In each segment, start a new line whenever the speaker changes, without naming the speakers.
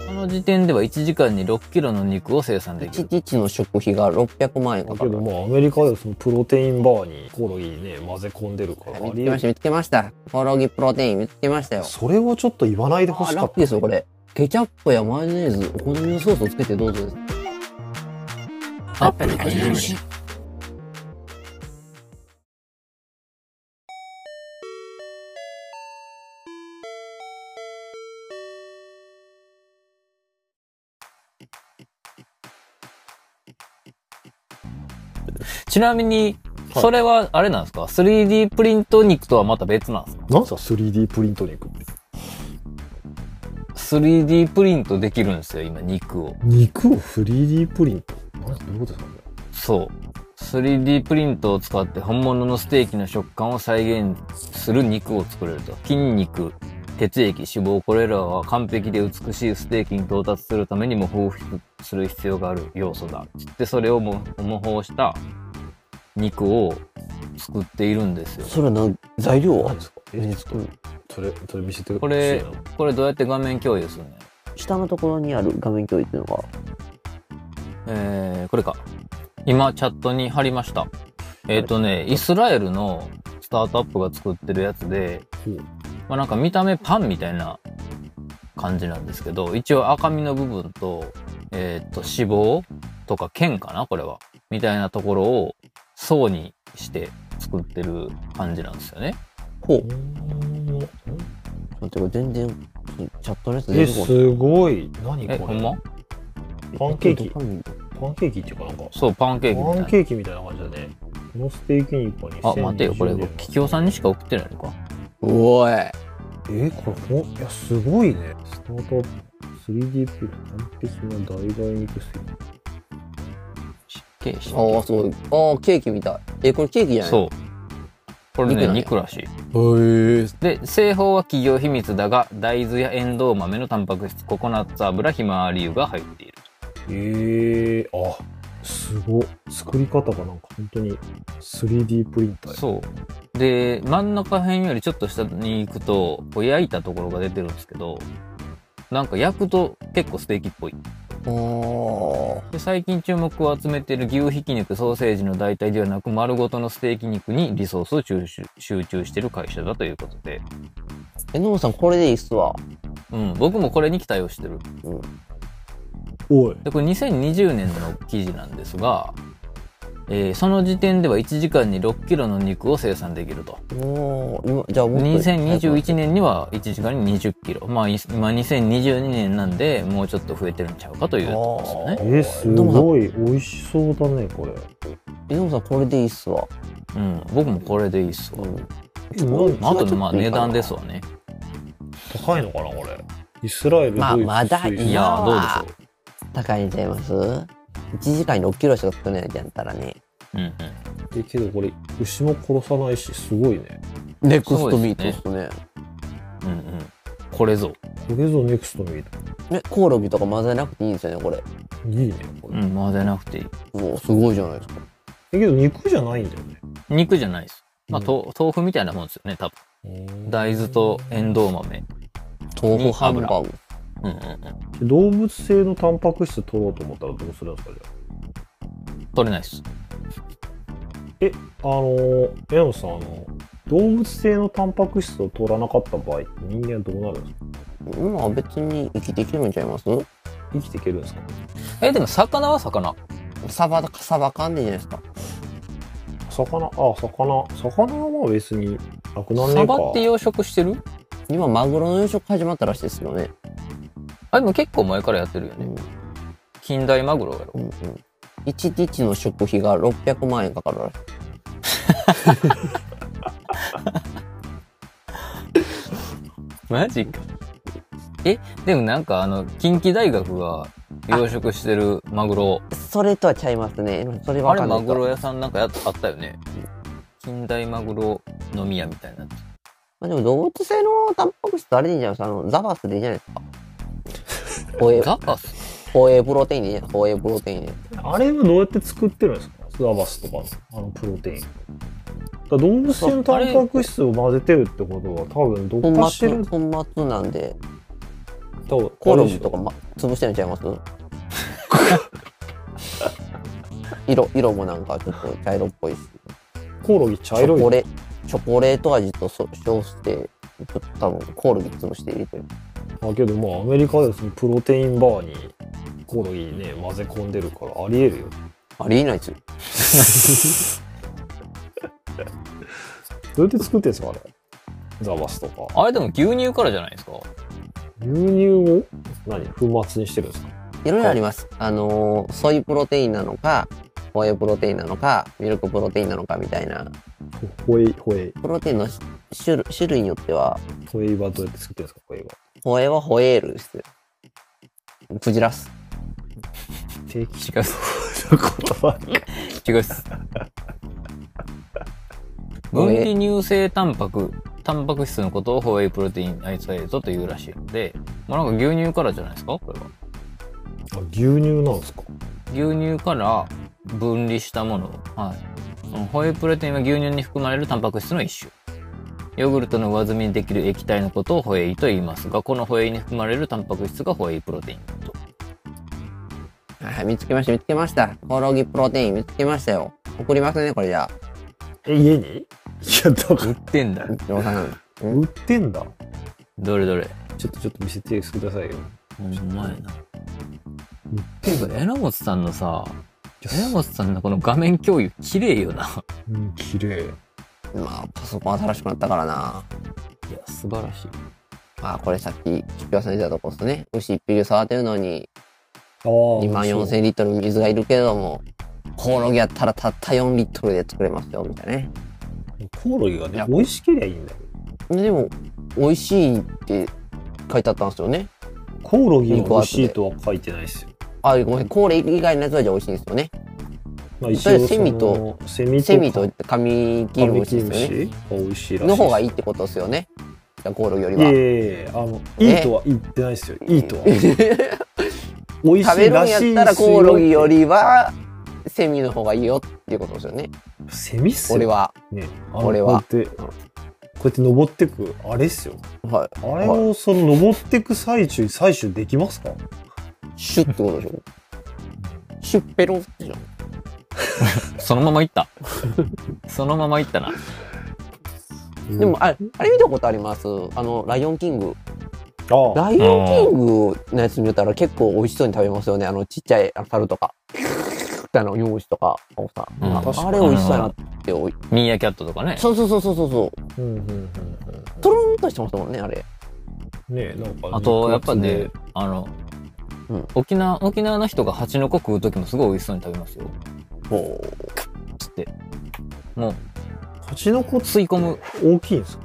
その時点では1時間に6キロの肉を生産でき
一
る。
日の食費が600万円
だ
か
け
かる
どまあアメリカではそのプロテインバーにコオロギね混ぜ込んでるから
見
あ
つ
り
けました見つけましたコオロギプロテイン見つけましたよ
それはちょっと言わないでほ
あ
し
ラ
か
ッキー
った
ですよこれケチャップやマヨネーズお好みのソースをつけてどうぞです
アップル始めるし。ちなみに、
はい
それはあれなんですか、?3D プリント肉とはまた別なんですか
なんすか 3D プリント肉って
?3D プリントできるんですよ、今肉を。
肉を 3D プリントなんどういうことですかね
そう。3D プリントを使って本物のステーキの食感を再現する肉を作れると。筋肉、血液、脂肪、これらは完璧で美しいステーキに到達するためにも彷彿する必要がある要素だ。つってそれをも模倣した肉を作っているんですよ。
それは材料
何ですかえちょっとそれそれ見せて
これ、これどうやって画面共有するのや
下のところにある画面共有っていうのが
えー、これか。今、チャットに貼りました。えっ、とね、イスラエルのスタートアップが作ってるやつで、
ほう
まあ、なんか見た目パンみたいな感じなんですけど、一応赤身の部分と、えっ、と、脂肪とか腱かなこれは。みたいなところを層にして作ってる感じなんですよね。
ほう
うーん
待ってこれ全然チャットのやつ出
え
てこない
すごい何
え、
こ
ほ
れ
んま
パンケーキ
パン
パンケーキっていうかなんか
そう、パンケーキみた
パ
い
ン
な。
ケーキみたいな感じだねこのステーキ肉は2020
あ、待てよ、これ、
年の
キキオさんにしか送ってないのか。
おい
えこれほんいやすごいねスタートアップ 3D プリント完璧な代替肉水
失敬し
ああすごいああケーキみたいえこれケーキじゃない
そう。これね、
肉なんや
肉らしい。
うへえ
で製法は企業秘密だが大豆やエンドウ豆のタンパク質ココナッツ油ひまわり油が入っている
えー、あすごっ作り方がなんか本当に 3D プリンターや
そうで真ん中辺よりちょっと下に行くとこう焼いたところが出てるんですけどなんか焼くと結構ステーキっぽい
おー
で最近注目を集めている牛ひき肉ソーセージの代替ではなく丸ごとのステーキ肉にリソースを注集集中してる会社だということで、
えノブさんこれでいいっすわ
うん、僕もこれに期待をしてる
おい
でこれ2020年の記事なんですが、えーその時点では1時間に6キロの肉を生産できると
おー今じゃあもっと
2021年には1時間に20キロまあい今2022年なんでもうちょっと増えてるんちゃうかというところです
え
よね
ー、すごい美味しそうだねこれ
えノブさんこれでいいっすわ
うん僕もこれでいいっすわ
うん
えなん
まああとまあ
ちょっといいか
値
な
段ですわね
高いのかなこれイスラエル
まあ
ドイツ
まだ
スイス
い
い
や
や
ー
ーどうでしょう
高いんちゃいます ?1 時間に6キロしか作れないじゃんったらね。
うんうん、
えけどこれ牛も殺さないしすごいね
ネク
ストミートっ
すね。
うんうん、これぞ、
これぞネクストミート
ね、コオロギとか混ぜなくていいんですよね、これ。
いいねこ
う
れ、
ん、混ぜなくていい
もうすごいじゃないですか。
えけど肉じゃないんだよね
肉じゃないです、まあ、
うん
と豆腐みたいなもんですよね多分大豆とエンドウ豆
豆腐ハンバーグ。
うんうんうん
動物性のタンパク質取ろうと思ったらどうするんですかじゃあ
取れないです
えあのー矢野さんあの動物性のタンパク質を取らなかった場合人間はどうなるんですか
まあ別に生きていけるんちゃいます
生きていけるんですか
えでも魚は魚
サバ、サバかんでいいじゃないですか。
魚あ魚魚はまあ別になくなんね
サ
えか
バって養殖してる
今、マグロの養殖始まったらしいですよね。
あでも結構前からやってるよ
う
ね
ん。
近代マグロやろ
うんうん。1日の食費が600万円かかるらしい。
マジかえでもなんかあの近畿大学が養殖してるマグロ
それとはちゃいますね。それ
あ
わか
れ
んな
マ
い
グロ屋さんなんかやっあったよね近代マグロ飲み屋みたいなやつ
まあでも動物性のタンパク質あれでいいんじゃないですか。あの、ザバスでいいじゃないですか。ホエ、
ザカス
ホエプロテインでいいじゃないホエプロテインで。
あれはどうやって作ってるんですかスダバスとかのあのプロテインだから動物性のタンパク質を混ぜてるってことは多分どっか
粉
して
末
る
粉末なんで
多分
コオロギとか、ま、潰してんのちゃいます色色もなんかちょっと茶色っぽいし
コオロギ茶
チョ
色
コ
い。
レチョコレート味とソソースでちょっと多分コオロギ潰して入れてる
だけどまあアメリカはですねプロテインバーにコオロギね混ぜ込んでるからありえるよ。
ありえないですよ
どうやって作ってんすかあれ。ザバスとか。
あれでも牛乳からじゃないですか
牛乳を何粉末にしてるんですか
いろいろあります。あのーソイプロテインなのか、ホエイプロテインなのか、ミルクプロテインなのかみたいな、
ほほえいほえい
プロテインの種類種類によっては、
ほえいはどうやって作ってるんですかほえいは。
ホエイはホエールです。クジラス。
定期
違うっす。
の言葉
違うっす。分離乳性タンパク、タンパク質のことをホエイプロテインアイソレートというらしいので、まあなんか牛乳からじゃないですかこれは。
あ牛乳なんですか
牛乳から分離したものはいそのホエイプロテインは牛乳に含まれるタンパク質の一種ヨーグルトの上積みにできる液体のことをホエイと言いますがこのホエイに含まれるタンパク質がホエイプロテインと
はい、見つけました、見つけました。コオロギプロテイン見つけましたよ。送りますね、これじゃ
え家にいやだか
売ってんだ
あ。量産。
ら売ってんだ
どれどれ
ちょっとちょっと見せてくださいよ
ほんまやな
売ってんだよ
榎本さんのさ榎本さんのこの画面共有綺麗よな
うん綺麗
まあ、パソコン新しくなったからな。
いや素晴らしい
まあ、これさっき、桔梗さん言ってたとこですね。牛一匹触ってるのに、
ああ2
2万4千リットル水がいるけれども、コオロギやったらたった4リットルで作れますよ、みたいなね。
コオロギが
い
ね
や
美味しけりゃいいんだよ
でも、美味しいって書いてあったんですよね。
コオロギが美味しいとは書いてないですよ
あ、ごめんなさい。コオロギ以外のやつはじゃあ美味しいんですよね。
まあ
それセミと
セミと
セミとカミキリムシですよね。
ね美味しいらしい
の方がい
い
いってことですよね。じゃあコオロギより
いや
は。
いやいやあのいいとは言ってないですよいいとは
食
美味し
べ
い
るん
らし
や
い
っ
です
た
よ
らコオロギよりは、セミの方がいいよっていうことですよね。
セミっすよ
俺は。
ね、あの
俺は
こうやって、こうやって登ってく、あれっすよ。
はい。
あれをその登ってく最中に採取できますか
シュってことでしょ。シュッペロってじゃん。
そのままいったそのままいったな
でも、、あれ、あれ見たことありますあの、ライオンキング。
あ
ラ
あ、
イオンキングのやつ見たら結構美味しそうに食べますよね。あの、ちっちゃいあの猿とか。あの、用紙とかをさ。
うん
あ
確かに
あれ美味しそうやなっておい。
ミーアキャットとかね
そうそうそうそうそうそう。
うんうんうん
とろんとしてますもんね、あれ。
うん。ねなんか、
あとやっぱね、あの、
うん
沖縄沖縄の人が蜂の子食う時もすごい美味しそうに食べますよ
ほう。
つってもう
蜂の子
吸い込む
大きいんですか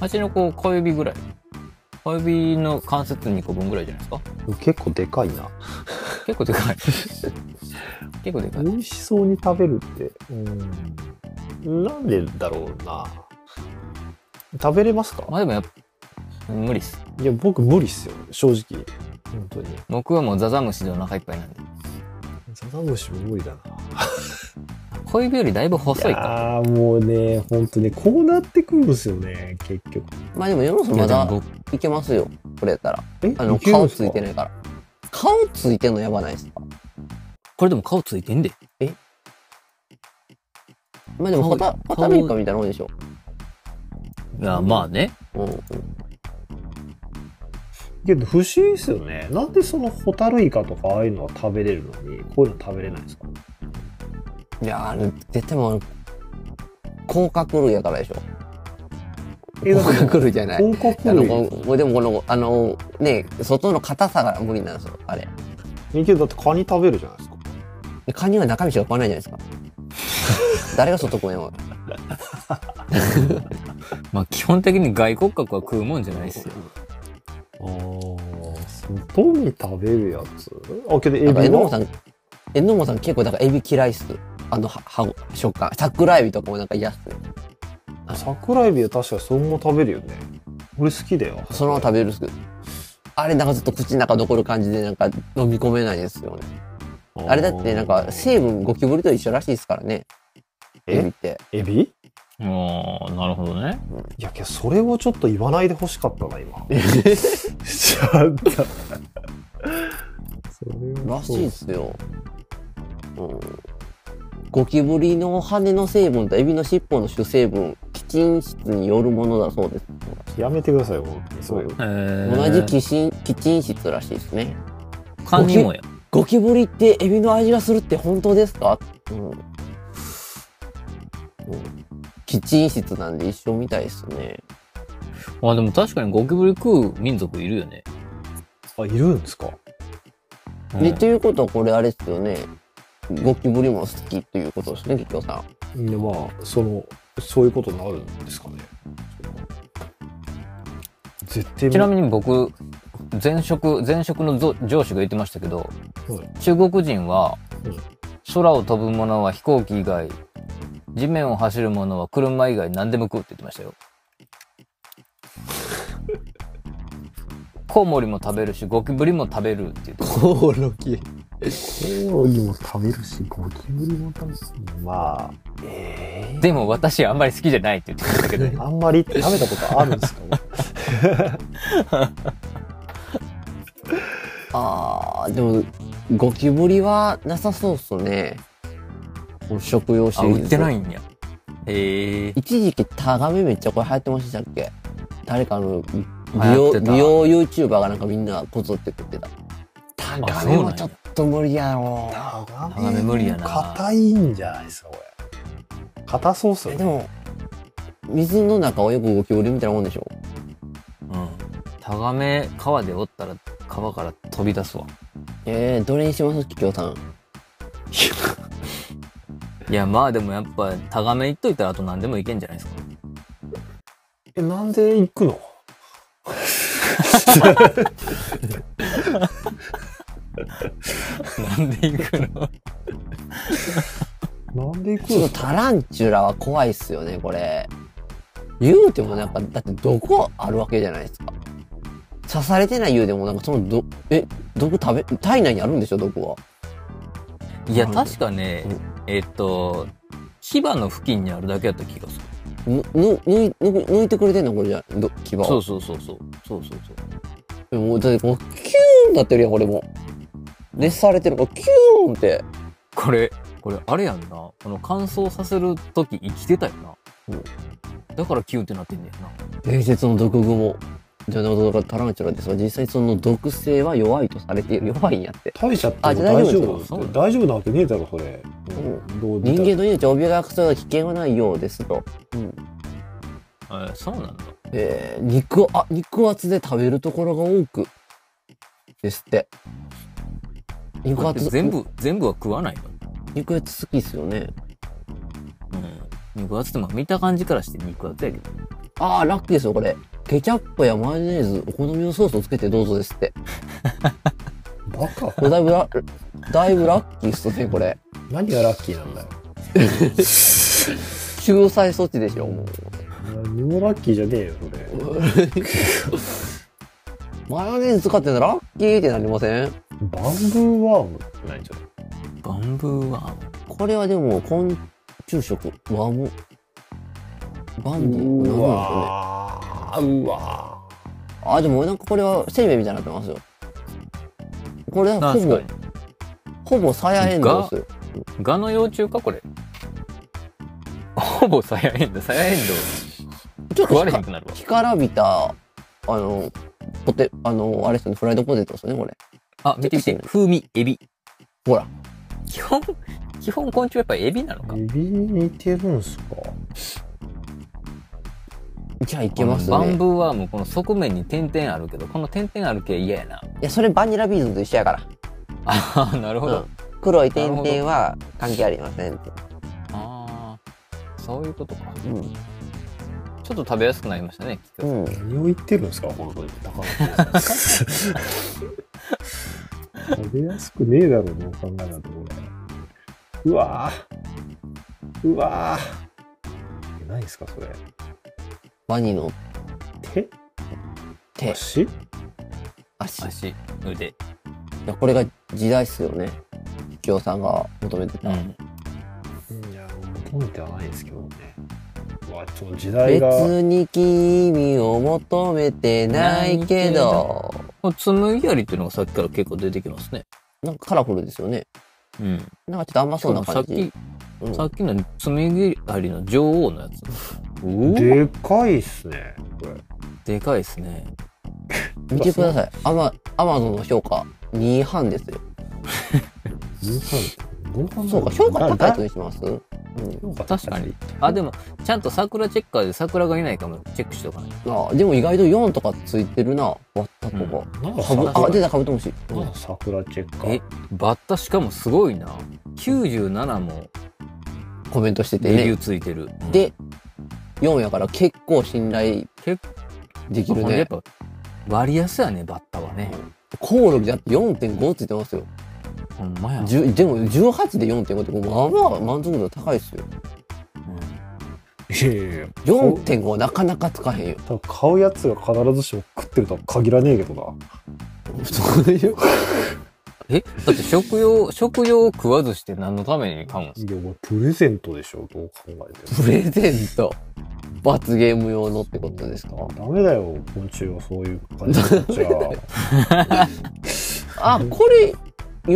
蜂の子小指ぐらい小指の関節2個分ぐらいじゃないですか
結構でかいな。
結構でかい結構でかい
美味しそうに食べるって。うん。なんでだろうな。食べれます
ま
か
あでもやっぱ無理っす
いや、僕無理っすよ。正直。本当に。
僕はもうザザムシでお腹いっぱいなんで
サザムシも無理だな。
小指よりだいぶ細いか
ああもうね本当ねこうなってくるんですよね結局
まあでも、ヨロさん
いや
ま
で
だ
も僕
いけますよ。これやったら。
え
あの、
けるん
顔
です
つ
か
いてないから。顔ついてんのやばないですか
これでも顔ついてんで
まあで
顔
も、ホタ、ホタルイカみたいなもんでしょ。
いやまあね
うん。
けど不思議ですよねなんでそのホタルイカとかああいうのは食べれるのにこういうの食べれないんですか
いや、あれ、絶対もう、甲殻類やからでしょ。
えだ
甲
って
殻類じゃない。
甲
あ
殻
の、
類
こうでもこの、あの、ね、外の硬さが無理なんですよ、あれ。
えけどだってカニ食べるじゃないですか
でカニは中身しか食わないじゃないですか。誰が外食うねんおい。
まあ基本的に外骨格は食うもんじゃないっすよ
ああ外に食べるやつあけどエ
な
ビ
んか、えのも
は
さん、えのもさん結構、だからエビ嫌いっす。あの、は、は、食感。桜エビとかもなんか嫌っすね。
桜エビは確かにそのまま食べるよね俺好きだよ
そのまま食べるっすけど。あれなんかずっと口の中残る感じでなんか飲み込めないですよね。あれだってなんか成分ゴキブリと一緒らしいですからね。
え
エビって。
エビ
ああなるほどね
いやけどそれをちょっと言わないでほしかったな今ちょっとそれは
らし
そう
いっすよ。うん。ゴキブリの羽の成分とエビの尻尾の主成分、寄進質によるものだそうです。
やめてください、本当に。そういう。
同じ
き
寄進、寄進質らしいですね。
カニもや。
ゴキブリってエビの味がするって本当ですかうん。うん。寄進質なんで一緒みたいですね。
まあでも確かにゴキブリ食う民族いるよね。
あ、いるんですか
うん
で、ということはこれあれですよね。ゴキブリも好きということですね、結局さん。
で、まあ、その、そういうことになるんですかね。絶対
ちなみに僕、前職、前職のぞ上司が言ってましたけど、
に、
中国人は
うん、
空を飛ぶものは飛行機以外、地面を走るものは車以外何でも食うって言ってましたよ。 コウモリも食べるし、ゴキブリも食べるって言って
コオロギ。
コオロギも食べるし、ゴキブリも食べるし。まあ、え
でも私はあんまり好きじゃないって言ってましたけ ど、
えあんまり食べたことあるんです か
あー、でも、ゴキブリはなさそうっすね。この食用シ
あ、
リーズ。
売ってないんや。へえー。
一時期タガメめっちゃこれ流行ってましたっけ誰かの美
行っ
容
てた
美容 YouTuber がなんかみんなこぞって食ってた。タガメはちょっと無理やろ。
長め無理やな
硬いんじゃないですか、これ。硬そうっすよ
え
ね。
でも、水の中泳ぐゴキブリみたいなもんでしょ
うん。タガメ、川でおったら、川から飛び出すわ。
えー、どれにしますきょうさん。
いや、まあでもやっぱ、タガメ行っといたらあと何でもいけんじゃないですか。
え、なんで行くの
なんで行くの
なんで行く
ちょ
の
っとタランチュラは怖いっすよね、これ。言うてもなんか、だってどこあるわけじゃないですか。刺されてない言うでもなんかそのど、え、毒食べ、体内にあるんでしょ、毒は。
いや、確かね
うん、
えっと、牙の付近にあるだけやった気がする。
ぬ、ぬ、抜い、抜抜いてくれてんのこれじゃ、ど、牙を。
そうそうそうそう。そうそうそう。
でもうだってこう、キューンなってるやん、これも。熱されてるから、キューンって。
これ、これあれやんな。この乾燥させるとき生きてたよな。だからキューってなってんだよな。
伝説の毒蜘蛛。じゃあ、なるほど、タランチュラですが、実際その毒性は弱いとされている。弱いんやって。
食べちゃって
あ
も
じゃあ
大
大丈
丈
夫
そう
夫大丈夫なわけねえだろそれ、うん、どう
人
見
間の命を脅かすような危険はないようですと。うん。
えーそうなんだ。
えー、肉あ肉厚で食べるところが多くですって肉
だって
厚
全部、全部は食わないよ。
肉厚好きですよね
うん。肉厚って、まあ見た感じからして肉厚やけど。
ああラッキーですよこれケチャップやマヨネーズお好みのソースをつけてどうぞですって
たバ
こ
カ
れだいぶラだいぶラッキーっすねこれ
何がラッキーなんだよ
救済措置でしょもう
何もラッキーじゃねえよそれ
マヨネーズ使ってんのラッキーってなりません
バンブーワーム何それ
バンブーは、
これはでも昆虫食ワムバンブーなんなんですかね
うわーうわ
あ、でもなんかこれは生命みたいになってますよ。これは
なん
ほ
すか
ぼ
ね、
ほぼサヤエンドウですよ。
ガの幼虫かこれ。ほぼサヤエンドウ、サヤエンドウ
ちょっ
食わ
と
れへん
ひ
くなるわ。
干からびた、あの、ポテ、あの、あれですね、フライドポテトですよね、これ。
あ、見てみて。風味、エビ。
ほら。
基本、基本昆虫はやっぱりエビなのか
ー。エビに似てるんすか
じゃあいけます
このバン
ね。
ブーワーム、この側面に点々あるけど、この点々ある系嫌やな。
いや、それバニラビーンズと一緒やから。
ああ、な るほ
う
ど
ん。黒い点々は関係ありませんって。
ああ、そういうことか。
うん。
ちょっと食べやすくなりましたね、きっと
うん。
何を言ってるんすか本当に高野さん食べやすくねえだろうどう考えたってこれうわーうわーえ何ですかそれ
バニの
手
手、
足
足。い
足、腕。
や、これが時代っすよね。きよさんが求めてた。
うん。
いや、求めてはないですけどね。まあ、ちょっと時代が。
別に君を求めてないけど。
この紬槍っていうのがさっきから結構出てきますね。
なんかカラフルですよね。
うん。
なんかちょっと甘そうな
さ
感
っ
じ
き。、
うん
さっきのつみぎありの女王のやつ。おで
でかいっすね。これ。
でかいですね。
見てください。アマ、アマゾンの評価2半ですよ。そうか、評価高いことにしますうん。
確かに。あ、でも、ちゃんと桜チェッカーで桜がいないかもチェックしとかない。
ああ、でも意外と4とかついてるな。割ったとこ
なん
が。
か
カブ、
桜
あ、出たカブトムシ。うん
なんか桜チェッカ
え
ー。、
バッタしかもすごいな。97も
コメントしてて
レビュ
ね
ー。ついてる。うん、
で、4やから結構信頼
結
でき
構、
る
やっ
ね。
ぱ割安やね、バッタはね。
コオロギだって4.5ついてますよ。
ほんまや。
じゅでも18で4.5ってまあまあ満足度高いですよ。
いやいやいや
4.5なかなかつ かへんよ。
多分買うやつが必ずしも食ってるとは限らねえけどな。
そういう。
え、だって食用、 食用を食わずして何のために買うんです
いや、これプレゼントでしょ、どう考 えても。
プレゼント。罰ゲーム用のってことですか
ダメだよ、昆虫はそういう感じになっちゃう。
あ、これ、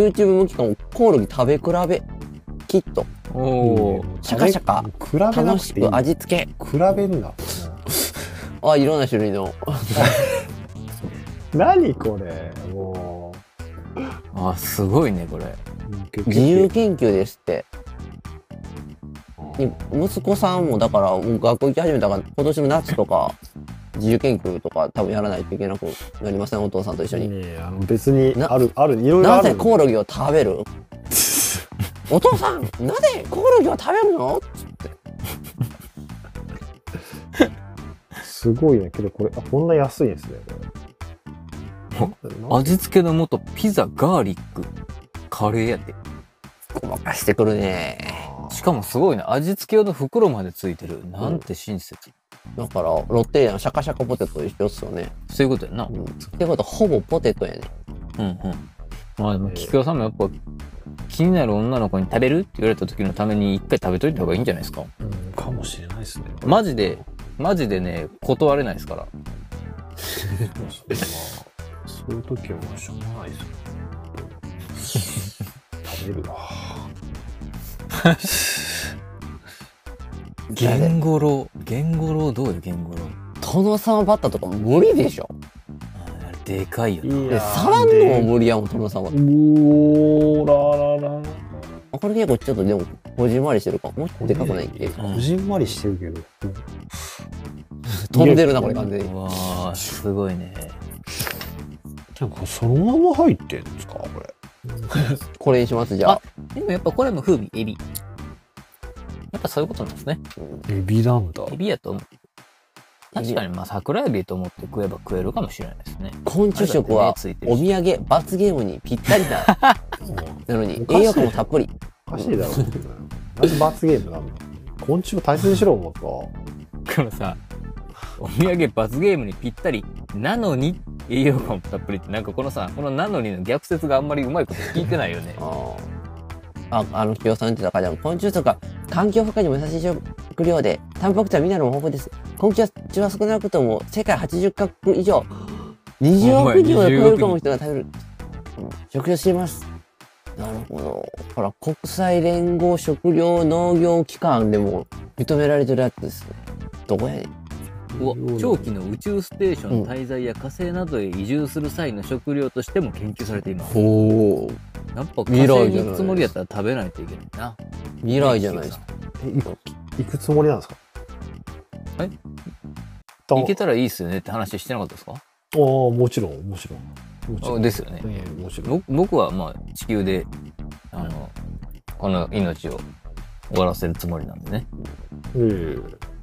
YouTube 向きかも。コオロギ食べ比べ。きっと。
かおー。
シャカシャカ
比べなく
楽して
いい
く味付け。
比べ んな。
あ、いろんな種類の。
何これ、も
あ、すごいね、これ。
う。
自由研究ですって。で息子さんもだから、もう学校行き始めたから、今年の夏とか、自由研究とか多分やらないといけなくなりません、お父さんと一緒に。
ねえあの別に
な
あるあるいろいろ
な
ある
ぜコオロギを食べ るお父さんなぜコオロギを食べるの
すごいねけどこれあこんな安いんですねこれなん
味付けの素、ピザ、ガーリック、カレーやで。
細かしてくるね
しかもすごいな。味付け用の袋までついてる。なんて親切。
だからロッテリアのシャカシャカポテトと一緒っすよね、
そういうことやな
う。ん、ってことはほぼポテトやね
うんうん。まあでも、菊川さんもやっぱ、気になる女の子に食べるって言われた時のために一回食べといた方がいいんじゃないですか。
うんかもしれないですね
マジで、マジでね、断れないですから。
それはそういう時はもうしょうがないですよ食べるわ
ゲンゴロウ。ゲンゴロウどうよ、ゲンゴロウ。
殿様バッタとか無理でしょ
あーでかいよな。
い
でサランのも無理やもん殿様
うおーららら
これ結構ちょっとでもこじんまりしてるかももうちょっとでかくないっけ
うん
こじんまりしてるけど
飛んでるなこれ完全に
うわー、すごいね。
なんかそのまま入ってんですかこれ
これにしますじゃあ
でもやっぱこれも風味、エビ。やっぱそういうことなんですね。
エビな んだ
エビやと思う。確かに、まあ、桜エビと思って食えば食えるかもしれないですね。
昆虫食は
あれだってね
お土産罰ゲームにぴったりななのに
おかしい
栄養価もたっぷり。
おかしいだろうなんで罰ゲームなんだ昆虫を大切にしろ思った
このさ、お土産罰ゲームにぴったり、なのに栄養価もたっぷりって、なんかこのさ、このなのにの逆説があんまりうまいこと聞いてないよね
あああの企業さんって中でも昆虫とか環境負荷にも優しい食料でタンパク質はミネラルも豊富です昆虫は少なくとも世界80カ国以上20億人を超えるかも人が食べるうん食料していますなるほどほら国際連合食料農業機関でも認められてるやつですどこやねん
うわ長期の宇宙ステーション滞在や火星などへ移住する際の食料としても研究されています。
ほう
やっぱ火星に行くつもりやったら食べないといけないな。
未来じゃないですか
えい行くつもりなんですか
え
い
行け
けた
たらいいっすよねって話してなかったですか
ああもちろんもちろんもちろ
あ
ん
ですよね。
ええもちろん
僕僕はまあ地球であのこの命を終わらせるつもりなんでね
ええ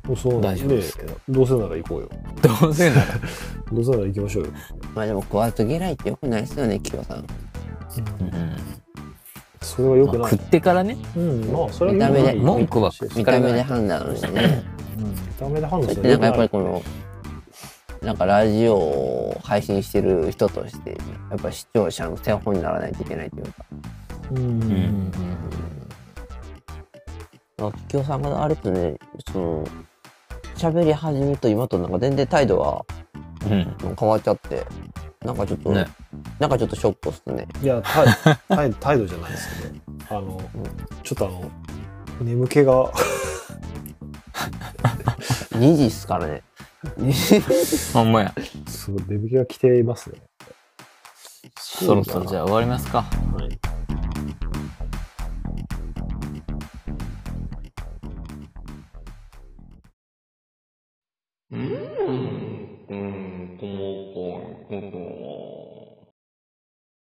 もうそう
大丈夫ですけど
ねえどうせなら行こうよ
どうせなら
どうせなら行きましょうよ
まあでも食わず嫌いってよくないですよね企業さん
それは良く
まあ
ない
食ってからね
うんまあそれは良く
見
な
た
い
目で
文句は
見た目で判断してね
うん見た目で判断する
でなんかやっぱり
良く
このなんかラジオを配信してる人としてやっぱ視聴者の手本にならないといけないというか
ないうん
うん
あ桔梗さんがあれとねその喋り始めと今となんか全然態度が
うん
変わっちゃってなんかちょっと、
ね
なんかちょっとショックっすね。
いや態態態度じゃないですけどあのちょっとあの眠気が
2時っす からね。
ほんまや。
すごい眠気が来ていますね、
そろそろじゃあ終わりますか。
はい、
うん、うん、細かいことは。